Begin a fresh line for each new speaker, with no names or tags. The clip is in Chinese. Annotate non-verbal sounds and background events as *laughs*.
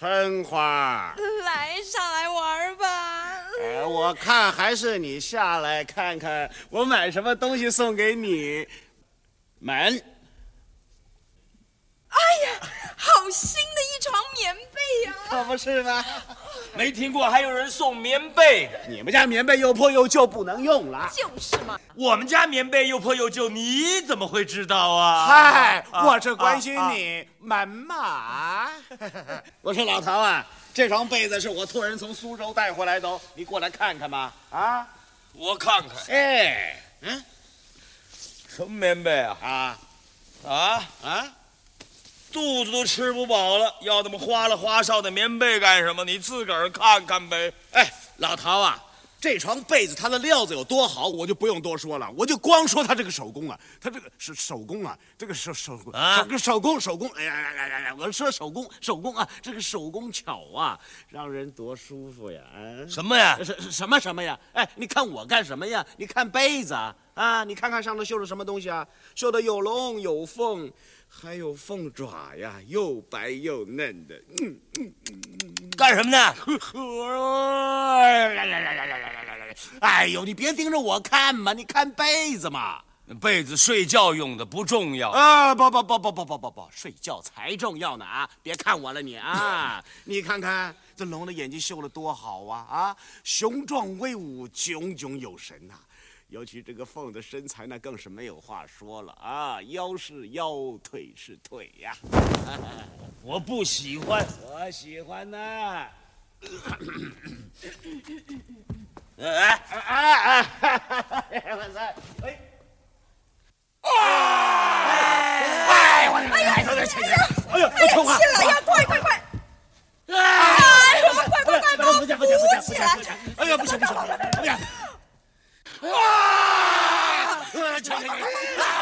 灯花。
来，上来玩吧。
哎，我看还是你下来看看，我买什么东西送给你。门，
哎呀，好新的一床棉被呀、
可不是吗？
没听过还有人送棉被的，
你们家棉被又破又旧，不能用了。
就是嘛。
我们家棉被又破又旧，你怎么会知道啊？
嗨，
啊
我这关心
啊啊
你，门嘛。我说老陶啊，这床被子是我托人从苏州带回来的哦，你过来看看吧。啊，
我看看
哎，嗯
什么棉被啊
啊
啊！
啊，
肚子都吃不饱了，要那么花了花哨的棉被干什么？你自个儿看看呗。
哎，老陶啊，这床被子它的料子有多好，我就不用多说了，我就光说它这个手工啊，它这个是手工啊，这个手手工
啊
手手工手工，哎呀呀呀呀呀！我说手工手工啊，这个手工巧啊，让人多舒服呀！嗯，
什么呀？
什什么什么呀？哎，你看我干什么呀？你看被子啊，啊，你看看上头绣的什么东西啊？绣的有龙有凤，还有凤爪呀，又白又嫩的。嗯，
干什么呢？
呵，哎呀呀呀呀呀呀呀！ *laughs* 哎呦，你别盯着我看嘛，你看被子嘛。
被子睡觉用的不重要。
啊，不不不不不不不不，睡觉才重要呢啊！别看我了你啊，你看看这龙的眼睛绣的多好啊啊，雄壮威武，炯炯有神呐、尤其这个凤的身材，那更是没有话说了啊！腰是腰，腿是腿呀、
我不喜欢。
我喜欢呐、
哎，
哎哎哎！我操！哎！哎！我哎呀！哎呦！
哎呀，
臭花！
进来呀，快快快！
哎！
哎呀，快快快，把我
不行不行不行
扶起
不行
来！！
哎呀，不行不行！哎呀！啊！